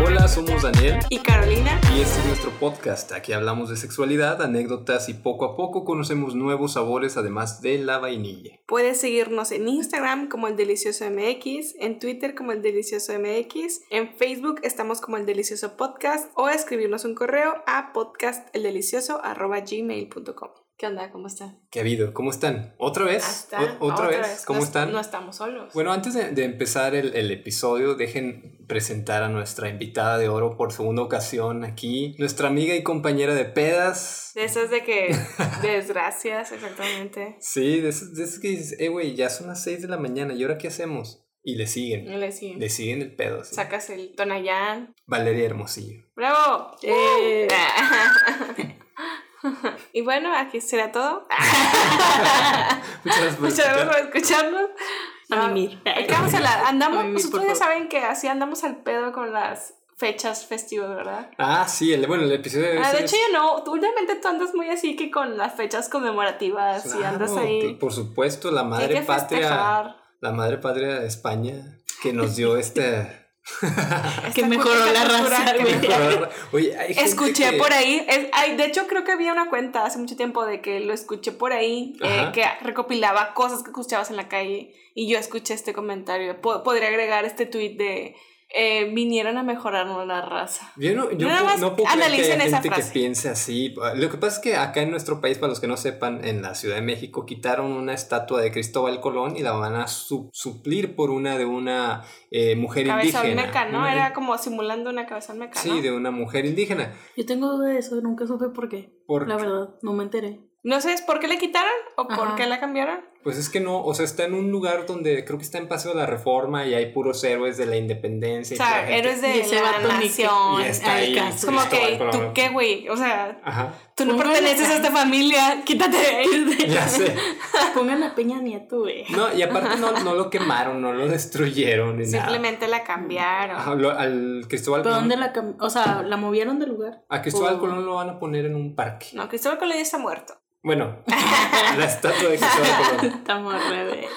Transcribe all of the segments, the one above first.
Hola, somos Daniel y Carolina. y este es nuestro podcast. Aquí hablamos de sexualidad, anécdotas y poco a poco conocemos nuevos sabores además de la vainilla. Puedes seguirnos en Instagram como el Delicioso MX, en Twitter como el Delicioso MX, en Facebook estamos como el Delicioso Podcast o escribirnos un correo a podcasteldelicioso@gmail.com. ¿Qué onda? ¿Cómo están? ¿Qué ha habido? ¿Cómo están? ¿Otra vez? Hasta- ¿O- ¿Otra, vez? ¿Cómo No- están? No estamos solos. Bueno, antes de, de empezar el, el episodio, dejen presentar a nuestra invitada de oro por segunda ocasión aquí, nuestra amiga y compañera de pedas. de esas de que desgracias, exactamente. Sí, de esas, de esas que dices, eh, güey, ya son las 6 de la mañana, ¿y ahora qué hacemos? Y le siguen, No le sigo. le siguen el pedo. así. Sacas el Tonayán. Valeria Hermosillo. ¡Bravo! Eh, y bueno, aquí será todo. Muchas gracias por Muchas gracias escuchar. por escucharnos. Pues A mimir. Hay Ah, que vamos a la- A andamos, mimir, pues por ustedes ya favor. saben que así andamos al pedo con las fechas festivas, ¿verdad? Ah, sí, el, bueno, el episodio Ah, ese de es- hecho, yo no, tú, últimamente tú andas muy así que con las fechas conmemorativas y andas Claro, ahí. Por supuesto, la que hay madre que patria, festejar. la madre patria de España que nos dio este... Esta Que cu- mejoró esta la cultura raza, que güey. mejoró. Oye, hay gente Escuché que- por ahí, es- ay, de hecho creo que había una cuenta hace mucho tiempo de que lo escuché por ahí, eh, Ajá. que recopilaba cosas que escuchabas en la calle y yo escuché este comentario. Po- podría agregar este tweet de, eh, vinieron a mejorarnos la raza. Yo no, yo Nada pu- más no puedo creer que haya analicen esa gente que frase. piense así. Lo que pasa es que acá en nuestro país, para los que no sepan, en la Ciudad de México quitaron una estatua de Cristóbal Colón y la van a su- suplir por una de una eh, mujer Cabeza indígena. olmeca, ¿no? Una- Era como simulando una cabeza olmeca, Sí, ¿no? de una mujer indígena. Yo tengo duda de eso, nunca supe por qué. Porque, La verdad, no me enteré. No sé, ¿es por qué le quitaron o por Ajá. qué la cambiaron? Pues es que no, o sea, está en un lugar donde creo que está en Paseo de la Reforma y hay puros héroes de la independencia. O y toda sea, la gente- héroes Y de ese la vato ni que- nación. Y está ahí. Es como que, Cristóbal Colón. ¿tú qué, güey? O sea, Ajá. tú no Pongan perteneces a la- esta familia, quítate de ahí. Ya sé. Pongan a Peña Nieto, güey. No, y aparte no, no lo quemaron, no lo destruyeron. ni nada. Simplemente la cambiaron. Ajá, lo- al Cristóbal ¿Pero Colón. dónde la cam- O sea, la movieron del lugar. A Cristóbal Oh. Colón lo van a poner en un parque. No, Cristóbal Colón ya está muerto. Bueno, la estatua de Cristóbal Colón. Estamos re de-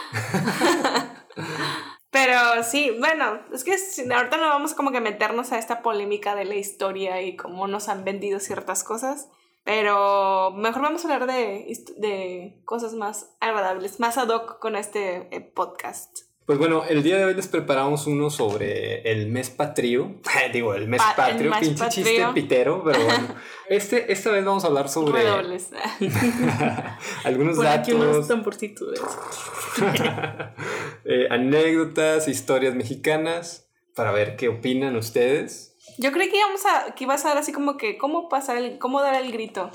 Pero sí, bueno, es que si- ahorita no vamos como que meternos a esta polémica de la historia y cómo nos han vendido ciertas cosas. Pero mejor vamos a hablar de, hist- de cosas más agradables, más ad hoc con este eh, podcast. Pues bueno, el día de hoy les preparamos uno sobre el mes patrio. Digo, el mes Pa- el patrio, mes pinche chiste patrio. pitero, pero bueno. Este, esta vez vamos a hablar sobre Redobles. algunos Pon aquí unos datos, tamborcitos, güey. eh, anécdotas, historias mexicanas, para ver qué opinan ustedes. Yo creí que íbamos a, que ibas a dar así como que cómo pasar el, cómo dar el grito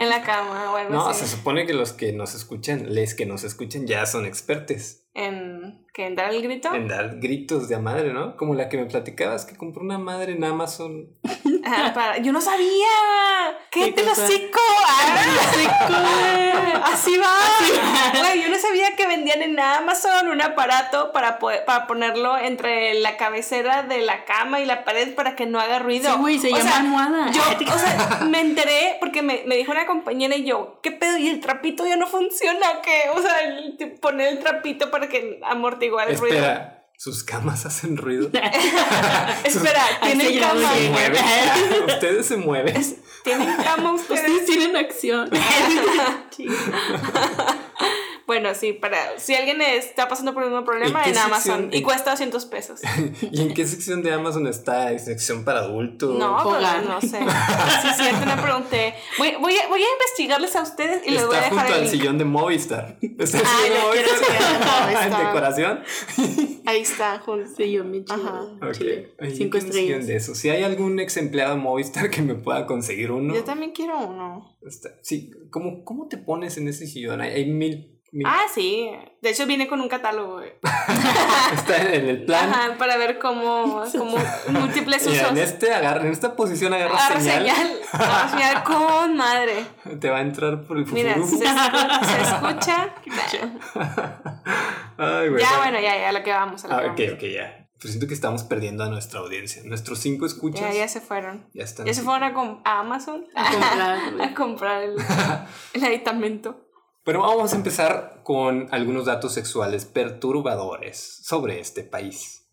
en la cama o algo No, así. se supone que los que nos escuchan, les que nos escuchan ya son expertos. En, que en dar el grito. en dar gritos de a madre, ¿no? Como la que me platicabas que compró una madre en Amazon. Ajá, para- Yo no sabía. ¿Qué ¿Qué te lo cosa? cico? eh. Así va. Güey, yo no sabía que vendían en Amazon un aparato para, po- para ponerlo entre la cabecera de la cama y la pared para que no haga ruido. Sí, güey, se O llama sea, almohada. yo, o sea, me enteré porque me, me dijo una compañera y yo, ¿qué pedo? ¿Y el trapito ya no funciona? ¿o ¿Qué? O sea, el- te- poner el trapito para que amortiguar el ruido. Espera, sus camas hacen ruido. Espera, Ahí se tienen llama cama. Se Sí. mueven. Ustedes se mueven. Tienen cama ustedes. Ustedes tienen acción. Bueno, sí, para si alguien está pasando por el mismo problema qué en Amazon sección? y cuesta 200 pesos. ¿Y en qué sección de Amazon está? ¿En sección para adultos? No, pues, Hogar. no sé. Sí, es cierto, me pregunté. Voy, voy a, voy a investigarles a ustedes y les voy a Está dejar junto el al link. sillón de Movistar. Está el Ay, sillón de no quiero ser de Movistar. En Movistar. decoración. Ahí está, junto. Sí, yo mi chido. Ajá. mi Ok. chido. Ay, yo Cinco quiero un sillón estrellas. de eso. Si hay algún ex empleado de Movistar que me pueda conseguir uno. Yo también quiero uno. Está- sí, ¿cómo, ¿cómo te pones en ese sillón? Hay, hay mil Mi- Ah, sí. De hecho, viene con un catálogo. güey. Está en el plan. Ajá, para ver cómo, cómo múltiples Mira, usos. en, este agarra, en esta posición agarra, Agarra señal, señal. Agarra señal con madre. Te va a entrar por el Mira, se, futuro. escu- se escucha. Ay, güey. Ya, bueno, ya, ya, a lo que vamos. A lo Ah, ok, que vamos. ok, ya. Pero siento que estamos perdiendo a nuestra audiencia. Nuestros cinco escuchas Ya, ya, ya se fueron. están. Ya se fueron a, com- a Amazon A comprar, güey. a comprar el, el aditamento. Pero vamos a empezar con algunos datos sexuales perturbadores sobre este país.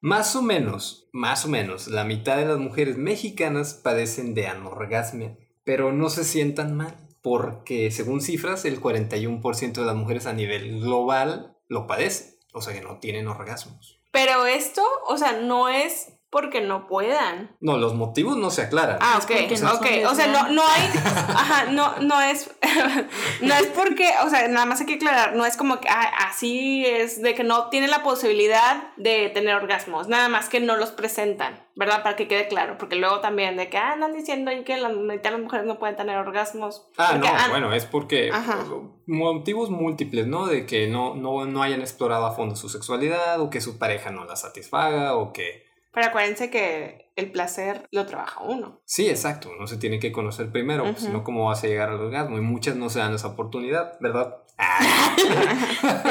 Más o menos, más o menos, la mitad de las mujeres mexicanas padecen de anorgasmia, pero no se sientan mal, porque según cifras, el 41% de las mujeres a nivel global lo padecen, o sea que no tienen orgasmos. Pero esto, o sea, no es porque no puedan. No, los motivos no se aclaran. Ah, Es ok, porque no ok. son O sea, no, lesbianas. no hay. Ajá, no, no es. no es porque. O sea, nada más hay que aclarar. No es como que ah, así es de que no tiene la posibilidad de tener orgasmos. Nada más que no los presentan, ¿verdad? Para que quede claro. Porque luego también de que ah, andan diciendo que la mitad de las mujeres no pueden tener orgasmos. Ah, Porque, no, bueno, es porque Ajá. motivos múltiples, ¿no? De que no, no, no hayan explorado a fondo su sexualidad o que su pareja no la satisfaga o que... Pero acuérdense que el placer lo trabaja uno. Sí, exacto, no se tiene que conocer primero, Ujú. sino cómo vas a llegar al orgasmo y muchas no se dan esa oportunidad, ¿verdad? Ah,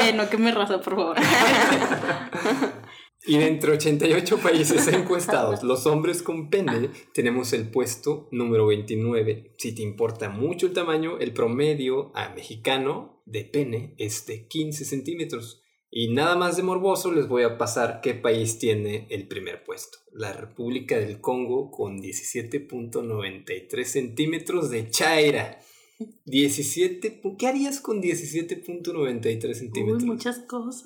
Eh, no que me raza, por favor. Y de entre 88 países encuestados, los hombres con pene, tenemos el puesto número 29. Si te importa mucho el tamaño, el promedio a mexicano de pene es de 15 centímetros. Y nada más de morboso, les voy a pasar qué país tiene el primer puesto. La República del Congo con 17.93 centímetros de chaira. 17, pu- ¿Qué harías con 17.93 Uy, centímetros? muchas cosas.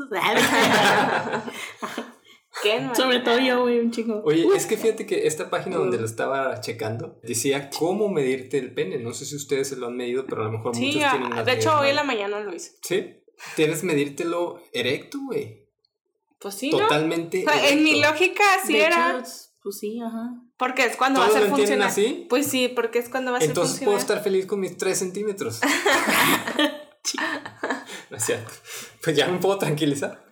¿Qué no? Sobre todo yo, güey, un chingo. Oye, es que fíjate que esta página donde lo estaba checando decía cómo medirte el pene. No sé si ustedes se lo han medido, pero a lo mejor Sí, muchos tienen ah, las de hecho, medidas hoy en la mal. mañana lo hice. Sí. Debes medírtelo erecto, güey. Pues sí, ¿no? Totalmente. O sea, en mi erecto. lógica así De era. hecho, pues sí, ajá. Porque es cuando va a ¿Todos ser lo entienden funcional. así? Pues sí, porque es cuando va a ser Entonces puedo funcional. estar feliz con mis 3 centímetros. no es cierto. Pues ya me puedo tranquilizar.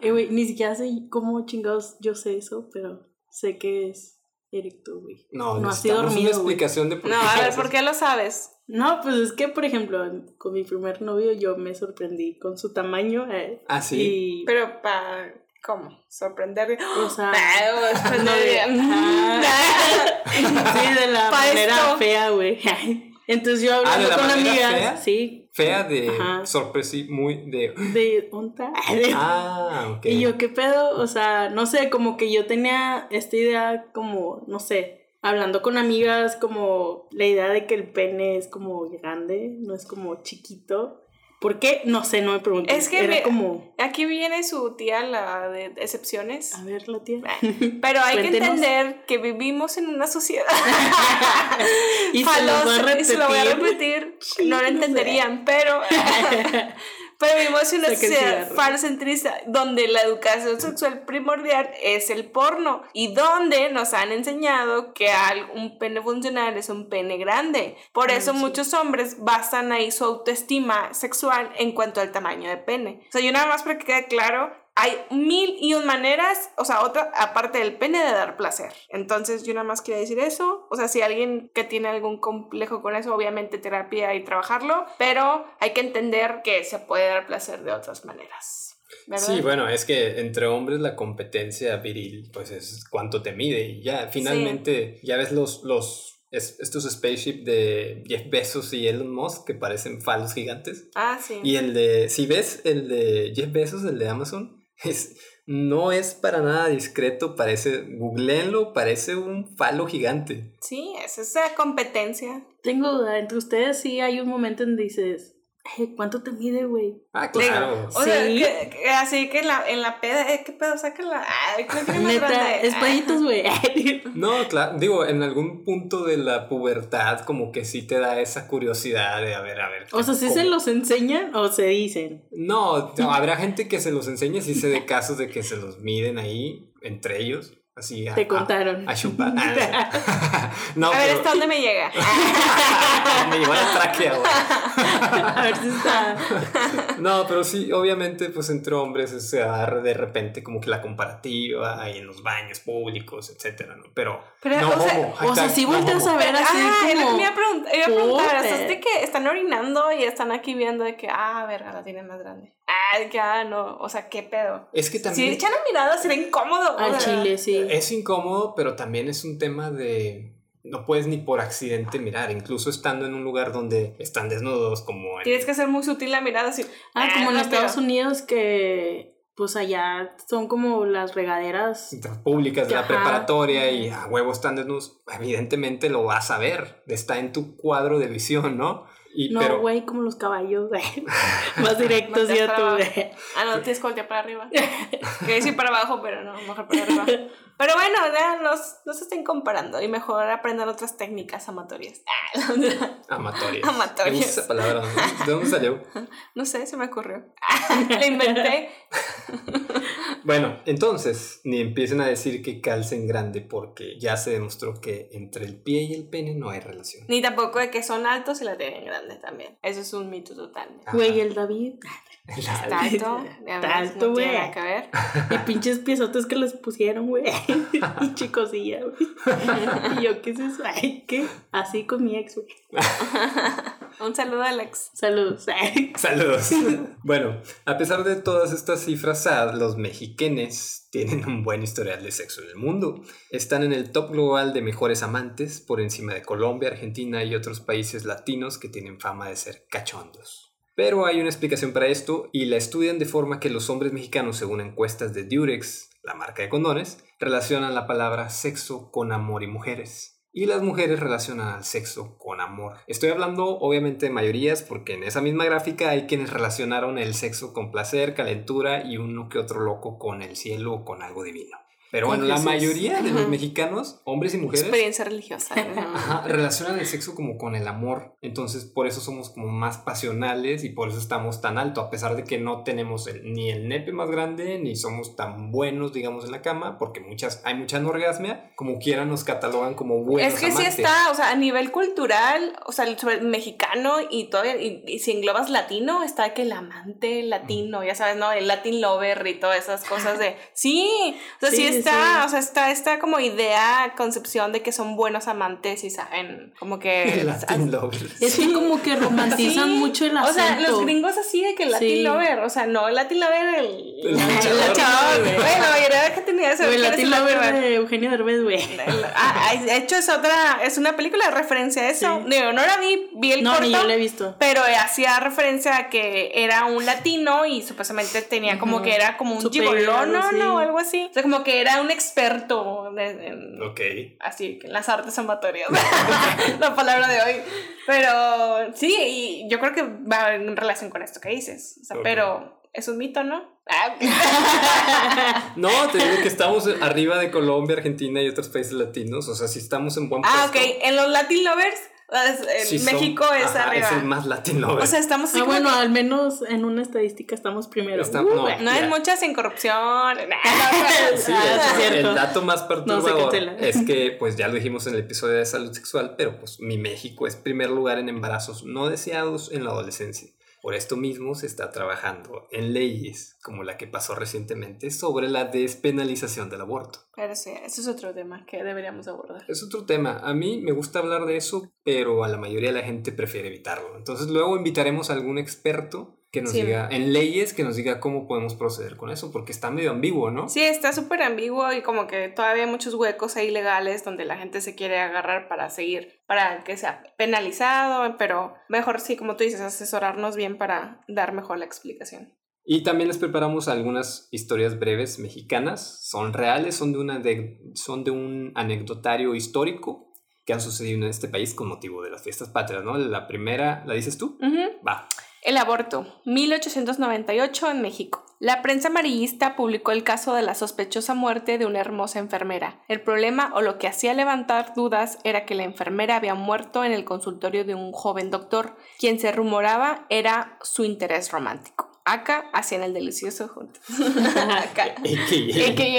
Eh, güey, ni siquiera sé cómo chingados yo sé eso, pero sé que es erecto, güey. No, No, no así necesitamos una dormido, güey. explicación de por No, a ver, haces- ¿por qué lo sabes? No, pues es que, por ejemplo, con mi primer novio yo me sorprendí con su tamaño. eh, Ah, sí. Y, Pero para. ¿Cómo? Sorprender. o sea, pues no de- Ajá. sí, de la Ah, Pa' manera esto. fea, güey. Entonces yo hablando Ah, ¿de la con una manera amiga, fea? sí, Fea de Ajá. sorpresi, muy de. de onta. de- Ah, ok. Y yo, ¿qué pedo? O sea, no sé, como que yo tenía esta idea como, no sé, hablando con amigas, como la idea de que el pene es como grande, no es como chiquito. ¿Por qué? No sé, no me pregunté. Es que era me- como, Aquí viene su tía, la de excepciones. a ver, la tía. Pero hay que Cuéntenos. entender que vivimos en una sociedad. Y se Falos- los voy a y se lo voy a repetir. repetir. Sí, no lo no sé. entenderían, pero. Pero vivimos en una Saquen sociedad cigarro. falocentrista donde la educación sexual primordial es el porno y donde nos han enseñado que al- un pene funcional es un pene grande. Por Ah, eso sí. muchos hombres basan ahí su autoestima sexual en cuanto al tamaño de pene. O sea, yo nada más para que quede claro. Hay mil y un maneras, o sea, otra aparte del pene de dar placer. Entonces, yo nada más quería decir eso. O sea, si alguien que tiene algún complejo con eso, obviamente terapia y trabajarlo, pero hay que entender que se puede dar placer de otras maneras. ¿verdad? Sí, bueno, es que entre hombres la competencia viril, pues es cuánto te mide y ya, finalmente, ya ves los, los, es- estos spaceship de Jeff Bezos y Elon Musk que parecen falos gigantes. Ah, sí. Y el de, si ves el de Jeff Bezos, el de Amazon, es, no es para nada discreto, parece, googleenlo, parece un falo gigante. Sí, es esa competencia. Tengo duda, entre ustedes sí hay un momento en dices, "Ay, ¿cuánto te mide, güey? Ah, claro. O sea, Sí. que- que así que en la, en la peda, eh, ¿qué pedo? Sácala. Ay, creo que me Neta, grande. espaguitos, güey. No, claro, digo, en algún punto de la pubertad como que sí te da esa curiosidad de, a ver, a ver. o sea, ¿sí ¿cómo? se los enseñan o se dicen? No, no, habrá gente que se los enseñe, sí sé de casos de que se los miden ahí, entre ellos, así a, Te a- contaron. Ah, a chupar. Ah, no, A ver, pero- ¿hasta dónde me llega? me llevó la tráquea, güey. A ver si está. No, pero sí, obviamente, pues entre hombres o se da de repente como que la comparativa y en los baños públicos, etcétera, ¿no? Pero, Pero, no o sea, homo, O sea, hashtag si no volteas homo. a ver así ah, era lo que como. me iba a preguntar, iba a preguntar, o sea, Puta. es de que están orinando y están aquí viendo de que, ah, verga, la tienen más grande. Ah, de que, ah, no, o sea, qué pedo. Es que Si también echan la mirada, será incómodo. Al o sea. chile, sí. es incómodo, pero también es un tema de... No puedes ni por accidente mirar, incluso estando en un lugar donde están desnudos, como en... Tienes que ser muy sutil la mirada. Así. Ah, como en no, Estados pero- Unidos que. Pues allá son como las regaderas. citas públicas de la Ajá. preparatoria y a huevo están desnudos, evidentemente lo vas a ver, está en tu cuadro de visión, ¿no? Y, No, pero, güey, como los caballos, güey. Más directos Más ya tú, atrás. güey. Ah, no, tienes que voltear para arriba. Quería decir para abajo, pero no, mejor para arriba. Pero bueno, ya nos, nos estén comparando y mejor aprendan otras técnicas amatorias. amatorias. Amatorias. Me gusta esa palabra, ¿no? ¿de dónde salió? No sé, se me ocurrió. La inventé. Bueno, entonces, ni empiecen a decir que calcen grande porque ya se demostró que entre el pie y el pene no hay relación. Ni tampoco de que son altos y la tienen grande también. Eso es un mito total. Ajá. Güey, el David. Ah, Está alto, ya ves, Alto, no tiene güey. nada que ver. Y pinches piezotes que les pusieron, güey. Y chicosilla, güey. Y yo, ¿qué es eso? Ay, ¿qué? Así con mi ex, güey. Un saludo, Alex. Saludos. Ay. Saludos. bueno, a pesar de todas estas cifras sad, los mexiquenes tienen un buen historial de sexo en el mundo. Están en el top global de mejores amantes por encima de Colombia, Argentina y otros países latinos que tienen fama de ser cachondos. Pero hay una explicación para esto y la estudian de forma que los hombres mexicanos, según encuestas de Durex, la marca de condones, relacionan la palabra sexo con amor y mujeres. Y las mujeres relacionan al sexo con amor. Estoy hablando obviamente de mayorías porque en esa misma gráfica hay quienes relacionaron el sexo con placer, calentura y uno que otro loco con el cielo o con algo divino. Pero Con bueno, la Jesús. mayoría de los Ajá. mexicanos, hombres y mujeres, Experiencia religiosa. ajá, relacionan el sexo como con el amor. Entonces por eso somos como más pasionales y por eso estamos tan alto, a pesar de que no tenemos el- ni el nepe más grande, ni somos tan buenos, digamos, en la cama, porque muchas, hay mucha anorgasmia, como quiera nos catalogan como buenos. es que sí amantes. está, o sea, a nivel cultural, o sea, sobre el mexicano y todo, y, y si englobas latino, está que el amante latino, ya sabes, ¿no? El Latin lover y todas esas cosas de, sí, o sea, sí, Sí, sí, está, sí. o sea, está esta como idea, concepción de que son buenos amantes y saben, como que... El Latin Lover. Es que como que romantizan Sí. mucho el O acento. sea, los gringos así de que el Latin Sí. Lover, o sea, no el Latin Lover, el. El luchador. luchador, güey. La mayoría de que tenía ese. Güey, el ¿quién es Latin Lover de Eugenio Derbez, güey. El- ah, ah, de hecho, es otra. Es una película de referencia a eso. Sí. Digo, no la vi, vi el No, corto. ni yo lo he visto. Pero hacía referencia a que era un latino y supuestamente tenía como Ujú. que era como un Superior, gigoló, algo ¿no? así. ¿no? O algo así. O sea, como que era un experto de- en- Ok. así que en las artes amatorias la palabra de hoy pero sí y yo creo que va en relación con esto que dices o sea, Ok. pero es un mito no Ah. No, te digo que estamos arriba de Colombia, Argentina y otros países latinos. O sea, si estamos en buen puesto. ah ok en los Latin lovers ah, es- en pues sí son- México es ajá, arriba Es eh. el más Latin Lover. o sea estamos así Ah, como bueno, que- al menos en una estadística estamos primero. Está- Uh, no, güey. no hay ya. muchas en corrupción Sí, Ah, de sí, hecho, cierto. el dato más perturbador cancela. es que, pues ya lo dijimos en el episodio de salud sexual, pero pues mi México es primer lugar en embarazos no deseados en la adolescencia. Por esto mismo se está trabajando en leyes como la que pasó recientemente sobre la despenalización del aborto. pero sí eso es otro tema que deberíamos abordar Es otro tema. A mí me gusta hablar de eso, pero a la mayoría de la gente prefiere evitarlo. Entonces luego invitaremos a algún experto que nos Sí. diga en leyes que nos diga cómo podemos proceder con eso, porque está medio ambiguo, ¿no? Sí, está súper ambiguo y como que todavía hay muchos huecos ahí legales donde la gente se quiere agarrar para seguir, para que sea penalizado, pero mejor sí, como tú dices, asesorarnos bien para dar mejor la explicación. Y también les preparamos algunas historias breves mexicanas. Son reales, son de, una de- son de un anecdotario histórico que han sucedido en este país con motivo de las fiestas patrias, ¿no? La primera, ¿la dices tú? Ujú. Va. El aborto, 1898 en México. La prensa amarillista publicó el caso de la sospechosa muerte de una hermosa enfermera. El problema o lo que hacía levantar dudas era que la enfermera había muerto en el consultorio de un joven doctor, quien se rumoraba era su interés romántico. acá hacían el delicioso juntos. Acá. AKA.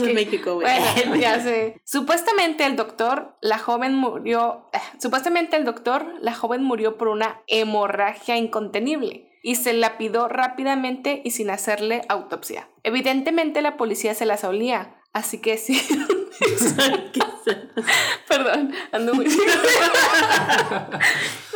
en Bueno, México, güey. ya sé. Supuestamente el doctor, la joven murió. eh, Supuestamente el doctor, la joven murió por una hemorragia incontenible y se lapidó rápidamente y sin hacerle autopsia. Evidentemente la policía se las olía, así que sí. Perdón, ando muy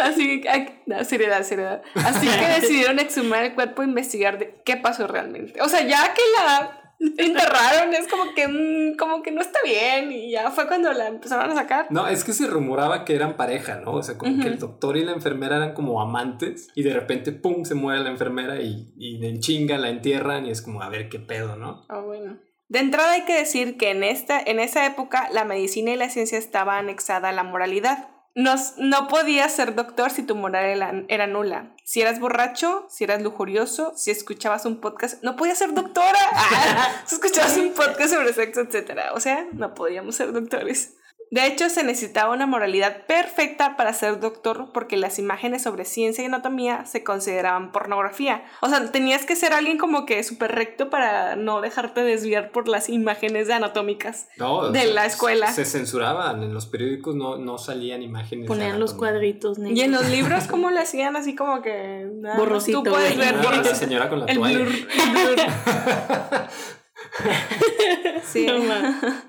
Así que, ay, no, seriedad, seriedad. Así que decidieron exhumar el cuerpo e investigar de qué pasó realmente. O sea, ya que la enterraron, es como que, mm, como que no está bien. Y ya fue cuando la empezaron a sacar. No, es que se rumoraba que eran pareja, ¿no? O sea, como Ujú. que el doctor y la enfermera eran como amantes y de repente, ¡pum!, se muere la enfermera y, y en chinga la entierran y es como, a ver qué pedo, ¿no? Ah, bueno. De entrada hay que decir que en, esta, en esa época la medicina y la ciencia estaba anexada a la moralidad. Nos- no podías ser doctor si tu moral era, era nula. Si eras borracho, si eras lujurioso, si escuchabas un podcast, no podías ser doctora. Ah, si escuchabas un podcast sobre sexo, etc. O sea, no podíamos ser doctores. De hecho, se necesitaba una moralidad perfecta para ser doctor porque las imágenes sobre ciencia y anatomía se consideraban pornografía. O sea, tenías que ser alguien como que súper recto para no dejarte desviar por las imágenes anatómicas. No, o De sea, la escuela. Se censuraban, en los periódicos no, no salían imágenes. de Ponían los anatomía. cuadritos negros. Y en los libros, ¿cómo le hacían así como que... nada más Borrosito, Tú puedes güey. ver Ah, borroso. la señora con la El toalla. blur. el blur. sí. No, ma.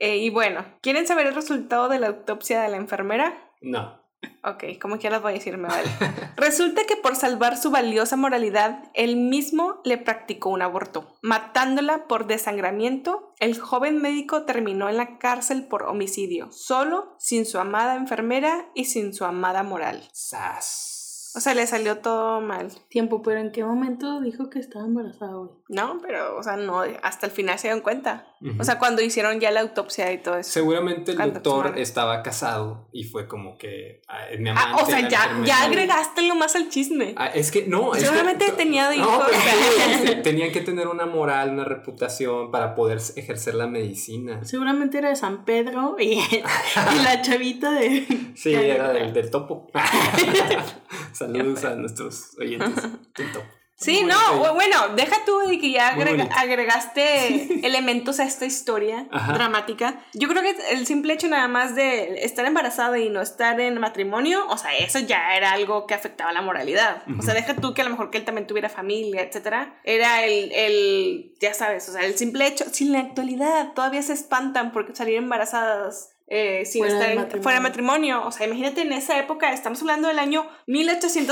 Eh, y bueno, ¿quieren saber el resultado de la autopsia de la enfermera? No. Ok, como quieras voy a decir, me vale. Resulta que por salvar su valiosa moralidad, él mismo le practicó un aborto. Matándola por desangramiento, el joven médico terminó en la cárcel por homicidio, solo, sin su amada enfermera y sin su amada moral. Sas. O sea, le salió todo mal, Tiempo, pero ¿en qué momento dijo que estaba embarazada, güey? ¿no? Pero, o sea, no, hasta el final se dieron cuenta. Ujú. O sea, cuando hicieron ya la autopsia y todo eso. Seguramente el Cuando doctor tomaron. estaba casado y fue como que ah, mi Ah, amante, o sea, la ya, enfermera. ya agregaste lo más al chisme. Ah, es que no, es que- Seguramente tenía hijos. No, pero es que tenían que tener una moral, una reputación para poder ejercer la medicina. Seguramente era de San Pedro y, y la chavita de. Sí, era del, del topo. Saludos a nuestros oyentes del topo. Sí, Muy no, bonito. bu- bueno, deja tú de que ya Muy agrega- bonito. agregaste elementos a esta historia Ajá. dramática. Yo creo que el simple hecho nada más de estar embarazada y no estar en matrimonio, o sea, eso ya era algo que afectaba la moralidad. O sea, deja tú que a lo mejor que él también tuviera familia, etcétera. Era el, el, ya sabes, o sea, el simple hecho, si en la actualidad todavía se espantan porque salir embarazadas. eh, sin Fuera estar del en- matrimonio. fuera de matrimonio, o sea, imagínate en esa época, estamos hablando del año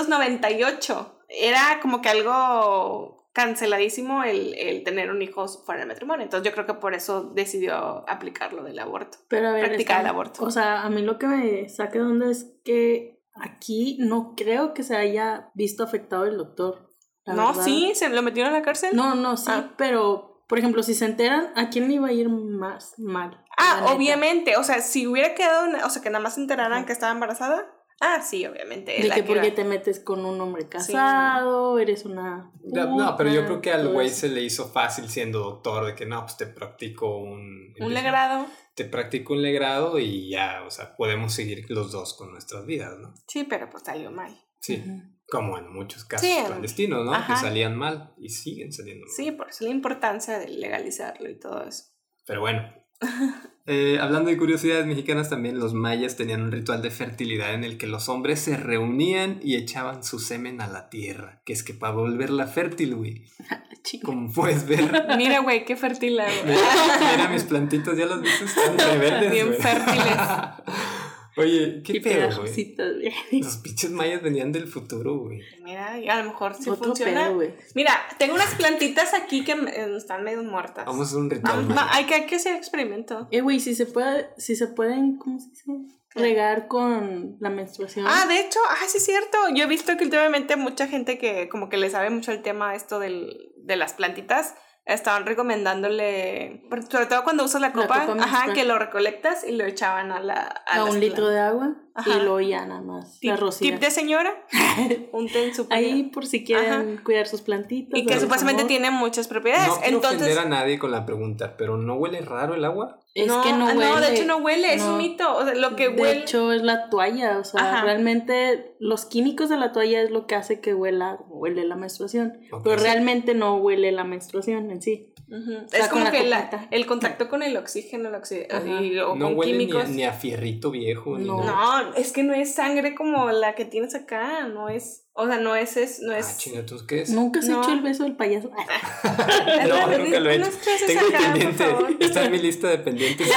1898, era como que algo canceladísimo el, el tener un hijo fuera de matrimonio, entonces yo creo que por eso decidió aplicar lo del aborto. Pero a ver, Practicar está- el aborto. O sea, a mí lo que me saca de onda es que aquí no creo que se haya visto afectado el doctor. la no, verdad. sí, se lo metieron a la cárcel. No, no, sí, Ah. pero por ejemplo, si se enteran, ¿a quién le iba a ir más mal? La ah, neta. obviamente, o sea, si hubiera quedado, una- o sea, que nada más se enteraran Ajá. que estaba embarazada. Ah, sí, obviamente. De la que que porque iba- te metes con un hombre casado, eres una. Ya, No, pero yo puta, creo que al todo güey eso. se le hizo fácil siendo doctor, de que no, pues te practico un... Un legrado. Te practico un legrado y ya, o sea, podemos seguir los dos con nuestras vidas, ¿no? Sí, pero pues salió mal. Sí, como en muchos casos Sí, en- clandestinos, ¿no? ajá. Que salían mal y siguen saliendo mal. Sí, por eso la importancia de legalizarlo y todo eso. Pero bueno. Eh, hablando de curiosidades mexicanas, también los mayas tenían un ritual de fertilidad en el que los hombres se reunían y echaban su semen a la tierra, que es que para volverla fértil, güey. Chico. Como puedes ver, Mira, güey, qué fértil la- mira, mira mis plantitas, ya las viste, están rebeldes. Bien güey. fértiles. Oye, qué Y pedo, güey. pegajositas, güey. Los pinches mayas venían del futuro, güey. Mira, y a lo mejor sí Otro funciona. pedo, güey. Mira, tengo unas plantitas aquí que me- eh, están medio muertas. Vamos a hacer un ritual. Vamos, maya. va- hay, que, hay que hacer experimento. Eh, güey, si se puede, si se pueden, ¿cómo se dice? ¿Qué? Regar con la menstruación. Ah, de hecho, ah, sí es cierto. Yo he visto que últimamente mucha gente que como que le sabe mucho el tema esto del, de las plantitas, estaban recomendándole, por- sobre todo cuando usas la La copa, copa ajá, menstrual. que lo recolectas y lo echaban a la... a las un litro plantas. de agua. Ajá. y luego ya nada más. Tip, la rosita. tip de señora, unten su pie. Ahí por si quieren cuidar sus plantitas. Y que darles supuestamente amor. tiene muchas propiedades. No quiero Entonces, ofender a nadie con la pregunta, pero ¿no huele raro el agua? Es que no ah, huele. de hecho no huele, es un No. mito. O sea, lo que de huele. hecho es la toalla, o sea, Ajá. realmente los químicos de la toalla es lo que hace que huela, como huele la menstruación, Ok, pero Pues sí. realmente no huele la menstruación en sí. Ujú. sea, es con como la que la- copita. el contacto con el oxígeno, el oxi- Ajá. y- o No con huele ni a, químicos. ni a fierrito viejo. ni No. nada. Ah, No, es que no es sangre como la que tienes acá, no es, o sea, no es, es no Ah, es. chinga, ¿entonces qué es? Nunca has pues No. hecho el beso del payaso. Ah, No, Hernán, nunca lo he unas hecho. clases Tengo acá, por pendiente. favor. Está en mi lista de pendientes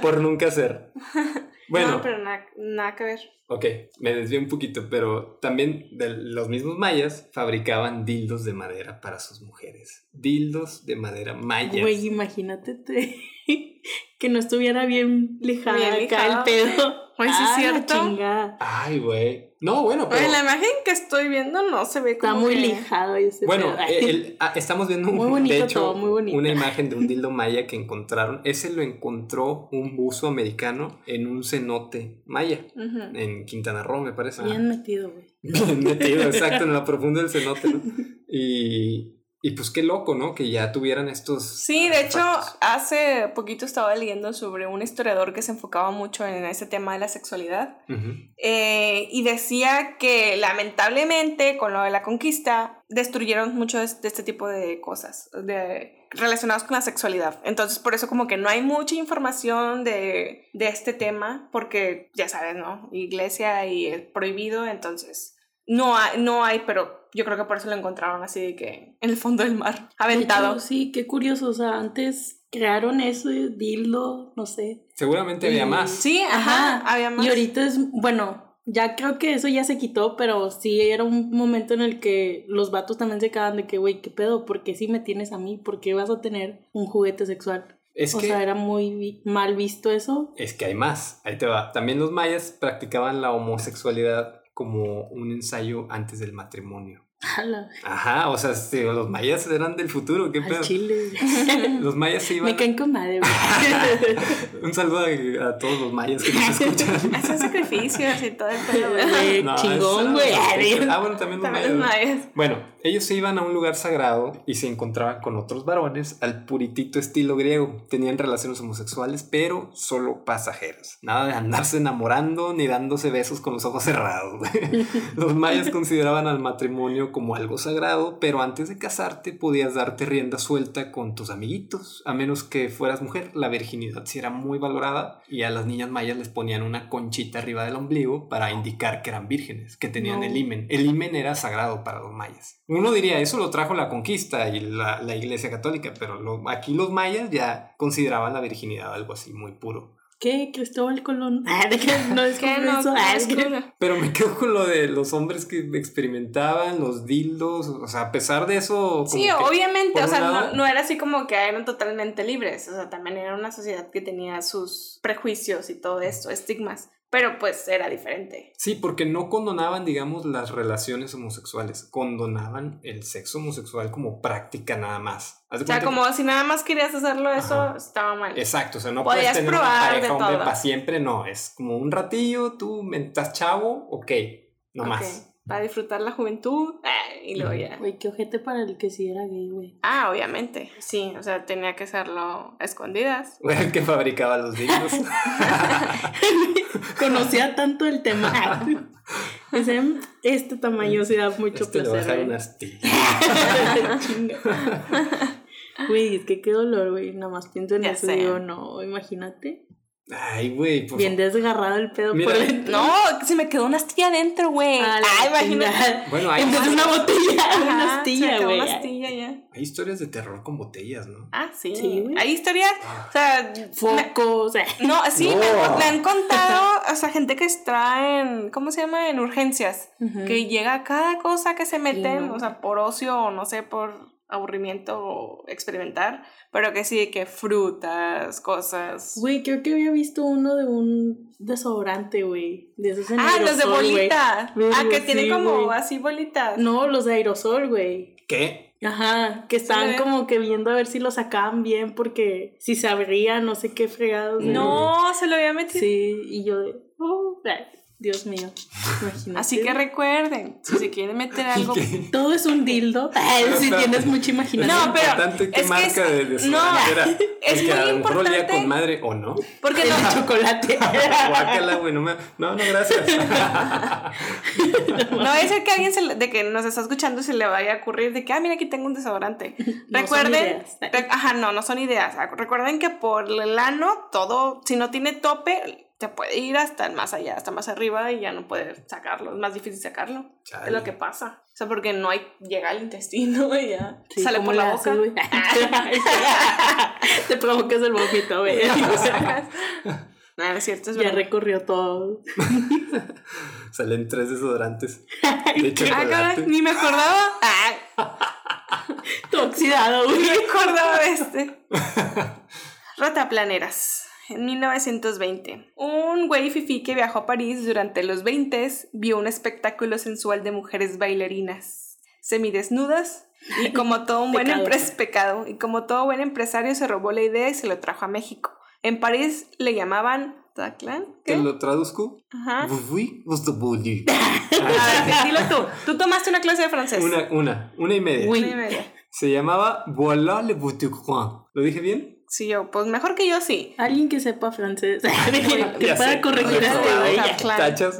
por nunca hacer. Bueno, No, pero nada, nada que ver. ok, me desvié un poquito, pero también de los mismos mayas fabricaban dildos de madera para sus mujeres. Dildos de madera mayas. Güey, imagínate te- que no estuviera bien lijada Bien acá lijado. el pedo. Güey, sí es Ah, la cierto. chingada. Ay, güey. No, bueno, Oye, pero. la imagen que estoy viendo no se ve como Está muy que- lijado ese Bueno, pedo. Ay, el- el- ah, estamos viendo un, Muy bonito de hecho, todo, muy bonito. una imagen de un dildo maya que encontraron. Ese lo encontró un buzo americano en un cenote maya, Ujú. en Quintana Roo, me parece. Bien metido, güey. Bien metido, exacto, en lo profundo del cenote, ¿no? Y, y pues qué loco, ¿no? Que ya tuvieran estos. Sí, de hecho, artefactos. hace poquito estaba leyendo sobre un historiador que se enfocaba mucho en ese tema de la sexualidad. Ujú. Eh, y decía que lamentablemente con lo de la conquista destruyeron mucho de de este tipo de cosas de, relacionadas con la sexualidad. Entonces por eso como que no hay mucha información de, de este tema porque ya sabes, ¿no? Iglesia y el prohibido, entonces no hay, no hay, pero yo creo que por eso lo encontraron así de que en el fondo del mar, De aventado. hecho, sí, qué curioso. O sea, antes crearon ese dildo, no sé, Seguramente había Y- más. Sí, ajá, Ajá. había más. Y ahorita es, bueno, ya creo que eso ya se quitó, pero sí era un momento en el que los vatos también se quedaban de que, güey, ¿qué pedo? ¿Por qué si me tienes a mí? ¿Por qué vas a tener un juguete sexual? Es o que, sea, era muy vi- mal visto eso. es que hay más. Ahí te va. También los mayas practicaban la homosexualidad como un ensayo antes del matrimonio. A la- Ajá, o sea, sí, los mayas eran del futuro, qué al pedo. chile. Los mayas se iban. me caen con madre, güey. Un saludo a, a todos los mayas que nos escuchan. Hacen sacrificios y todo el pedo, ¿verdad? De No, chingón, eso- güey. Ah, bueno, también los También mayas. los ¿no? mayas. Bueno, ellos se iban a un lugar sagrado y se encontraban con otros varones al puritito estilo griego. Tenían relaciones homosexuales, pero solo pasajeras. Nada de andarse enamorando ni dándose besos con los ojos cerrados. los mayas consideraban al matrimonio como algo sagrado, pero antes de casarte podías darte rienda suelta con tus amiguitos. A menos que fueras mujer, la virginidad sí era muy valorada y a las niñas mayas les ponían una conchita arriba del ombligo para indicar que eran vírgenes, que tenían No. el himen. El himen era sagrado para los mayas. Uno diría, eso lo trajo la conquista y la, la iglesia católica, pero lo- aquí los mayas ya consideraban la virginidad algo así muy puro. ¿Qué? Cristóbal Colón. Ah, de que no es ¿Qué no? eso. ¿Cómo Ah, es es que- que- Pero me quedo con lo de los hombres que experimentaban, los dildos, o sea, a pesar de eso... como Sí, que- obviamente, por o un sea, no, lado- no era así como que eran totalmente libres, o sea, también era una sociedad que tenía sus prejuicios y todo esto, estigmas, pero pues era diferente. Sí, porque no condonaban, digamos, las relaciones homosexuales, condonaban el sexo homosexual como práctica nada más. Haz de O sea, cuenta como si nada más querías hacerlo, eso Ajá. estaba mal. que- Exacto, o sea, no Podías puedes tener probar una de pareja hombre todo. para siempre, no, es como un ratillo, tú me- estás chavo, ok, no Ok, más. Para disfrutar la juventud ah, y luego ya. Güey, qué ojete para el que sí era gay, güey. Ah, obviamente, sí, o sea, tenía que hacerlo a escondidas. Era el que fabricaba los dildos. conocía tanto el tema. Dice, este tamaño sí da mucho Este le va a dejar placer. una güey". astilla. Chinga. Güey, es que qué dolor, güey. Nada más pienso en Ya eso sé. y digo, no, imagínate. Ay, güey, por Bien desgarrado el pedo Mira. por dentro. No, se me quedó una astilla adentro, güey. A la Ah, imagínate. chingada. Bueno, hay, En vez de una botella, Ajá, una se astilla, acabó güey. Una astilla ya. hay historias de terror con botellas, ¿no? Ah, sí. Sí, güey. Hay historias, o sea, me- Focos. eh. no, sí, No. Me, han- me han contado, o sea, gente que está en, ¿cómo se llama? En urgencias, Ujú. que llega a cada cosa que se meten, no. o sea, por ocio o no sé, por aburrimiento o experimentar, pero que sí, que frutas, cosas. Güey, creo que había visto uno de un desodorante, güey. De esos en ah, los de aerosol, güey. bolita. Güey, ah, que sí, tienen como güey. así bolitas. No, los de aerosol, güey. ¿Qué? Ajá, que estaban Sí. como que viendo a ver si lo sacaban bien porque si se abría, no sé qué fregados. No. No, se lo había metido. Sí, y yo de, oh, ay, Dios mío, imagínate. Así que recuerden, si se quieren meter algo. todo es un dildo. Ay, si Ah, tienes mucha imaginación. No, es pero importante qué es que marca es- de, de su no, bandera. es Porque a muy lo mejor olía importante. con madre o no. Porque el no, chocolate. Guácala, güey, no me- No, no, gracias. no va a ser que alguien se le- de que nos está escuchando se le vaya a ocurrir de que, ah, mira, aquí tengo un desodorante. No son Recuerden, ideas. rec- ajá, no, no son ideas. Ah, Recuerden que por el ano todo, si no tiene tope, se puede ir hasta el más allá, hasta más arriba y ya no puede sacarlo. Es más difícil sacarlo. Chale. Es lo que pasa. O sea, porque no hay, llega al intestino y ya Sí, sale ¿cómo por la le boca. haces, güey? Te provocas el vómito, güey. lo sacas. No, no es cierto, es Ya verdad. recorrió todo. Salen tres desodorantes de Ah, caray, chocolate. ni me acordaba. Ah, Todo oxidado, ni güey. me acordaba de este. Rataplaneras. En 1920, un güey fifí que viajó a París durante los 20 vio un espectáculo sensual de mujeres bailarinas, semidesnudas, y como todo un buen Pecado. empres- pecado, y como todo buen empresario se robó la idea y se lo trajo a México. En París le llamaban Taclan. ¿Te lo traduzco? Ajá. Vui, vos te volí. A ver, dilo tú. Tú tomaste una clase de francés. Una, una, una y media. Una y media. Se llamaba Voilà le Boutique Coin. ¿Lo dije bien? Sí, yo, pues mejor que yo sí. Alguien que sepa francés. que Ya sé, pueda corregir a este reprobado. güey. ya. Claro. Tachas.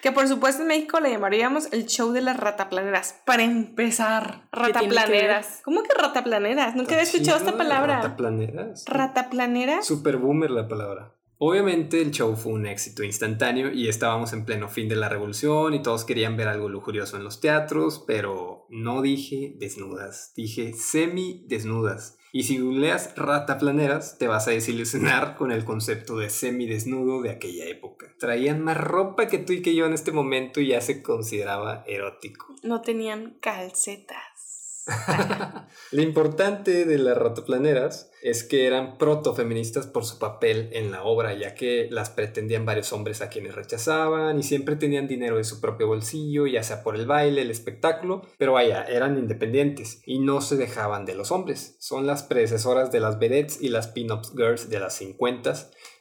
Que por supuesto en México le llamaríamos el show de las rataplaneras. Para empezar, tiene que rataplaneras. ¿Cómo que rataplaneras? Nunca había escuchado esta palabra. Rataplaneras. ¿Rataplaneras? Super boomer la palabra. Obviamente el show fue un éxito instantáneo y estábamos en pleno fin de la revolución y todos querían ver algo lujurioso en los teatros, pero no dije desnudas, dije semi desnudas. Y si googleas rataplaneras, te vas a desilusionar con el concepto de semi desnudo de aquella época. Traían más ropa que tú y que yo en este momento y ya se consideraba erótico. No tenían calcetas. Lo importante de las ratoplaneras es que eran protofeministas por su papel en la obra, ya que las pretendían varios hombres a quienes rechazaban y siempre tenían dinero de su propio bolsillo, ya sea por el baile, el espectáculo, pero vaya, eran independientes y no se dejaban de los hombres. Son las predecesoras de las vedettes y las pin-up girls de las 50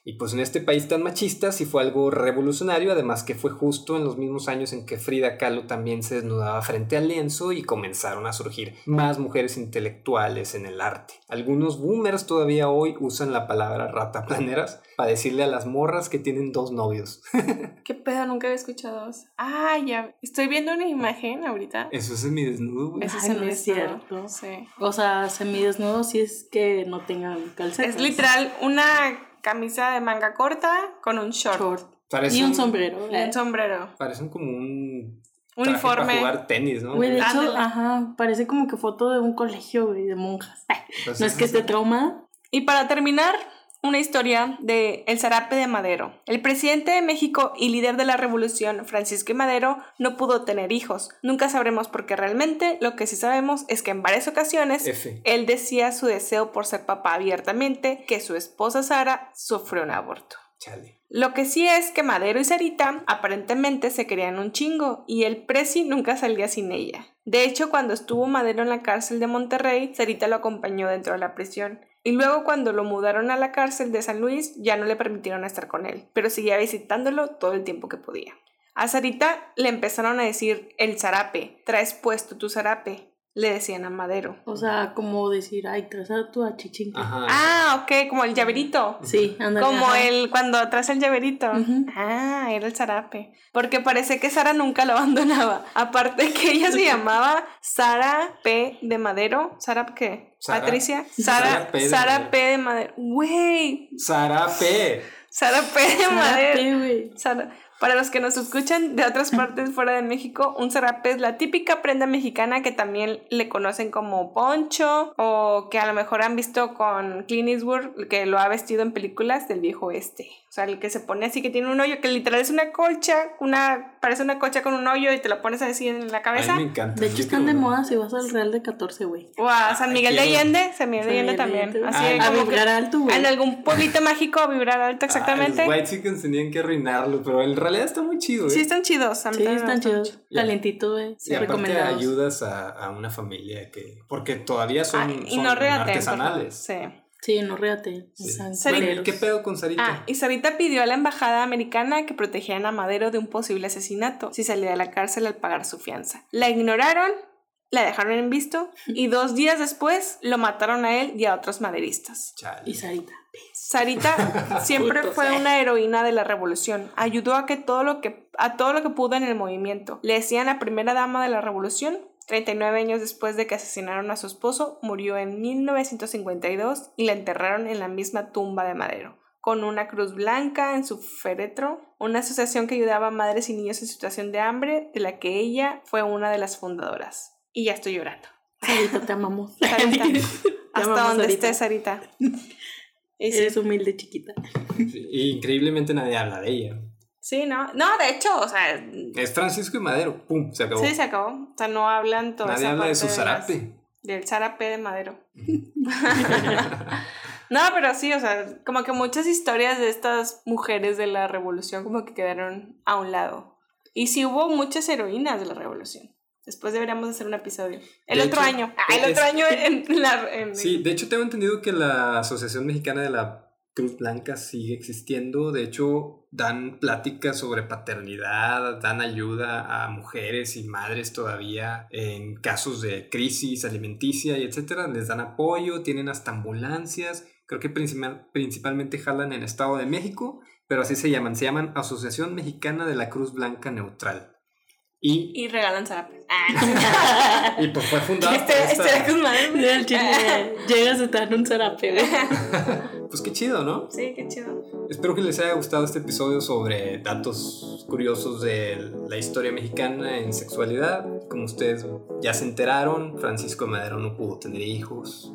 y pues en este país tan machista sí fue algo revolucionario, además que fue justo en los mismos años en que Frida Kahlo también se desnudaba frente al lienzo y comenzaron a surgir más mujeres intelectuales en el arte. Algunos boomers todavía hoy usan la palabra rataplaneras para decirle a las morras que tienen dos novios. ¿Qué pedo? Nunca había escuchado eso. Ah, ya. Estoy viendo una imagen ahorita. Eso es mi desnudo, güey. Eso Ay, se no me es está- cierto. Sí. O sea, semidesnudo si es que no tengan calcetas. Es literal una camisa de manga corta con un short. Short. Parece Y un sombrero. Y eh. un sombrero. Parecen como un traje para Uniforme. jugar tenis, ¿no? Güey, de hecho, Ándale. ajá, parece como que foto de un colegio, güey, de monjas. Ay, Entonces, No es que esté traumada. Y para terminar, una historia de El Zarape de Madero. El presidente de México y líder de la revolución, Francisco I. Madero, no pudo tener hijos. Nunca sabremos por qué realmente. Lo que sí sabemos es que en varias ocasiones F. él decía su deseo por ser papá abiertamente, que su esposa Sara sufrió un aborto. Chale. Lo que sí es que Madero y Sarita aparentemente se querían un chingo y el Prezi nunca salía sin ella. De hecho, cuando estuvo Madero en la cárcel de Monterrey, Sarita lo acompañó dentro de la prisión. Y luego cuando lo mudaron a la cárcel de San Luis, ya no le permitieron estar con él, pero seguía visitándolo todo el tiempo que podía. A Sarita le empezaron a decir el zarape, traes puesto tu zarape, le decían a Madero. O sea, como decir, ay, traes a tu achichinque. Ajá. Ah, ok, como el llaverito. Sí, ándale. Como ajá. el cuando atrás el llaverito. Ujú. Ah, era el zarape. Porque parece que Sara nunca lo abandonaba. Aparte que ella se llamaba Sara P. de Madero. ¿Sara qué? Sara- Patricia. Sara Sara, P. de Sara Madero. P. de Madero. Güey. Zarape. Sara P. de Madero. Zárate, güey. Sara- Para los que nos escuchan de otras partes fuera de México, un zarape es la típica prenda mexicana que también le conocen como poncho o que a lo mejor han visto con Clint Eastwood que lo ha vestido en películas del viejo oeste. O sea, el que se pone así que tiene un hoyo que literal es una colcha, una parece una colcha con un hoyo y te la pones así en A la mí cabeza. me encanta. De hecho, Yo están quiero de uno. moda si vas al Real de 14, güey. O a San Ay, Miguel de quiero. Allende, San Miguel de Allende también. Allende. Así Ay, Ah, A como que vibrar alto, güey. en algún pueblito mágico a vibrar alto exactamente. Ay, los White Chickens tenían que arruinarlo, pero en realidad está muy chido, ¿eh? sí están chidos. a mí Sí, también me están gustan chidos. Ya. Calentitos, güey. Y Sí, aparte recomendados. ayudas a, a una familia que... Porque todavía son, Ah, y son no regatean, artesanales. por favor. Sí. Sí, no ríate. Sí. sean Bueno, Sarita. ¿y culeros. ¿Qué pedo con Ah, Sarita? y Sarita pidió a la embajada americana que protegieran a Madero de un posible asesinato si salía de la cárcel al pagar su fianza. La ignoraron, la dejaron en visto y dos días después lo mataron a él y a otros maderistas. Chale. Y Sarita. Sarita siempre Putos, fue eh. una heroína de la revolución. Ayudó a que todo lo que a todo lo que pudo en el movimiento. Le decían la primera dama de la revolución. 39 años después de que asesinaron a su esposo, murió en 1952 y la enterraron en la misma tumba de Madero, con una cruz blanca en su féretro, una asociación que ayudaba a madres y niños en situación de hambre, de la que ella fue una de las fundadoras. Y ya estoy llorando. Sarita, te amamos. Sarita, amamos, hasta donde Sarita. estés, Sarita. Y sí. Eres humilde, chiquita. Y increíblemente nadie habla de ella. Sí, no. No, de hecho, o sea, Es Francisco y Madero. Pum, se acabó. sí se acabó. O sea, no hablan todo nadie habla de su zarape. Del zarape de madero. no, pero sí, o sea, como que muchas historias de estas mujeres de la revolución como que quedaron a un lado. Y sí hubo muchas heroínas de la revolución. Después deberíamos hacer un episodio. El De otro hecho, año. Ah, el es- otro año en la... en- Sí, de hecho tengo entendido que la Asociación Mexicana de la Cruz Blanca sigue existiendo. De hecho, dan pláticas sobre paternidad, dan ayuda a mujeres y madres todavía en casos de crisis alimenticia y etcétera. Les dan apoyo, tienen hasta ambulancias. Creo que principal- principalmente jalan en Estado de México, pero así se llaman. Se llaman Asociación Mexicana de la Cruz Blanca Neutral. Y, Y regalan zarapes. y pues fue fundada. este, por este esta- era con madre. Mira el chile, Llegas a estar en un zarape, güey. Pues qué chido, ¿no? Sí, qué chido. Espero que les haya gustado este episodio sobre datos curiosos de la historia mexicana en sexualidad. Como ustedes ya se enteraron, Francisco de Madero no pudo tener hijos.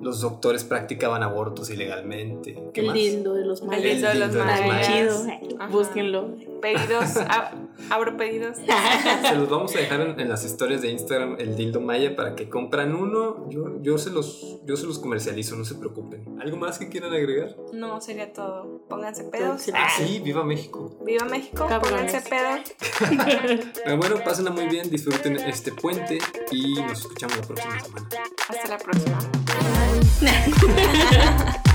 Los doctores practicaban abortos ilegalmente. ¿Qué El más? lindo de los El males. lindo de los lindo de los Está mayas. chido. Ajá. Búsquenlo. Pedidos, ab- abro pedidos. Se los vamos a dejar en, en las historias de Instagram el dildo maya para que compran uno. Yo, yo, se los, yo se los comercializo, no se preocupen. ¿Algo más que quieran agregar? No, sería todo. Pónganse pedos. Sí. Ah, sí, viva México. Viva México, Cabrones. pónganse pedos. Eh, bueno, pásenla muy bien, disfruten este puente y nos escuchamos la próxima semana. Hasta la próxima.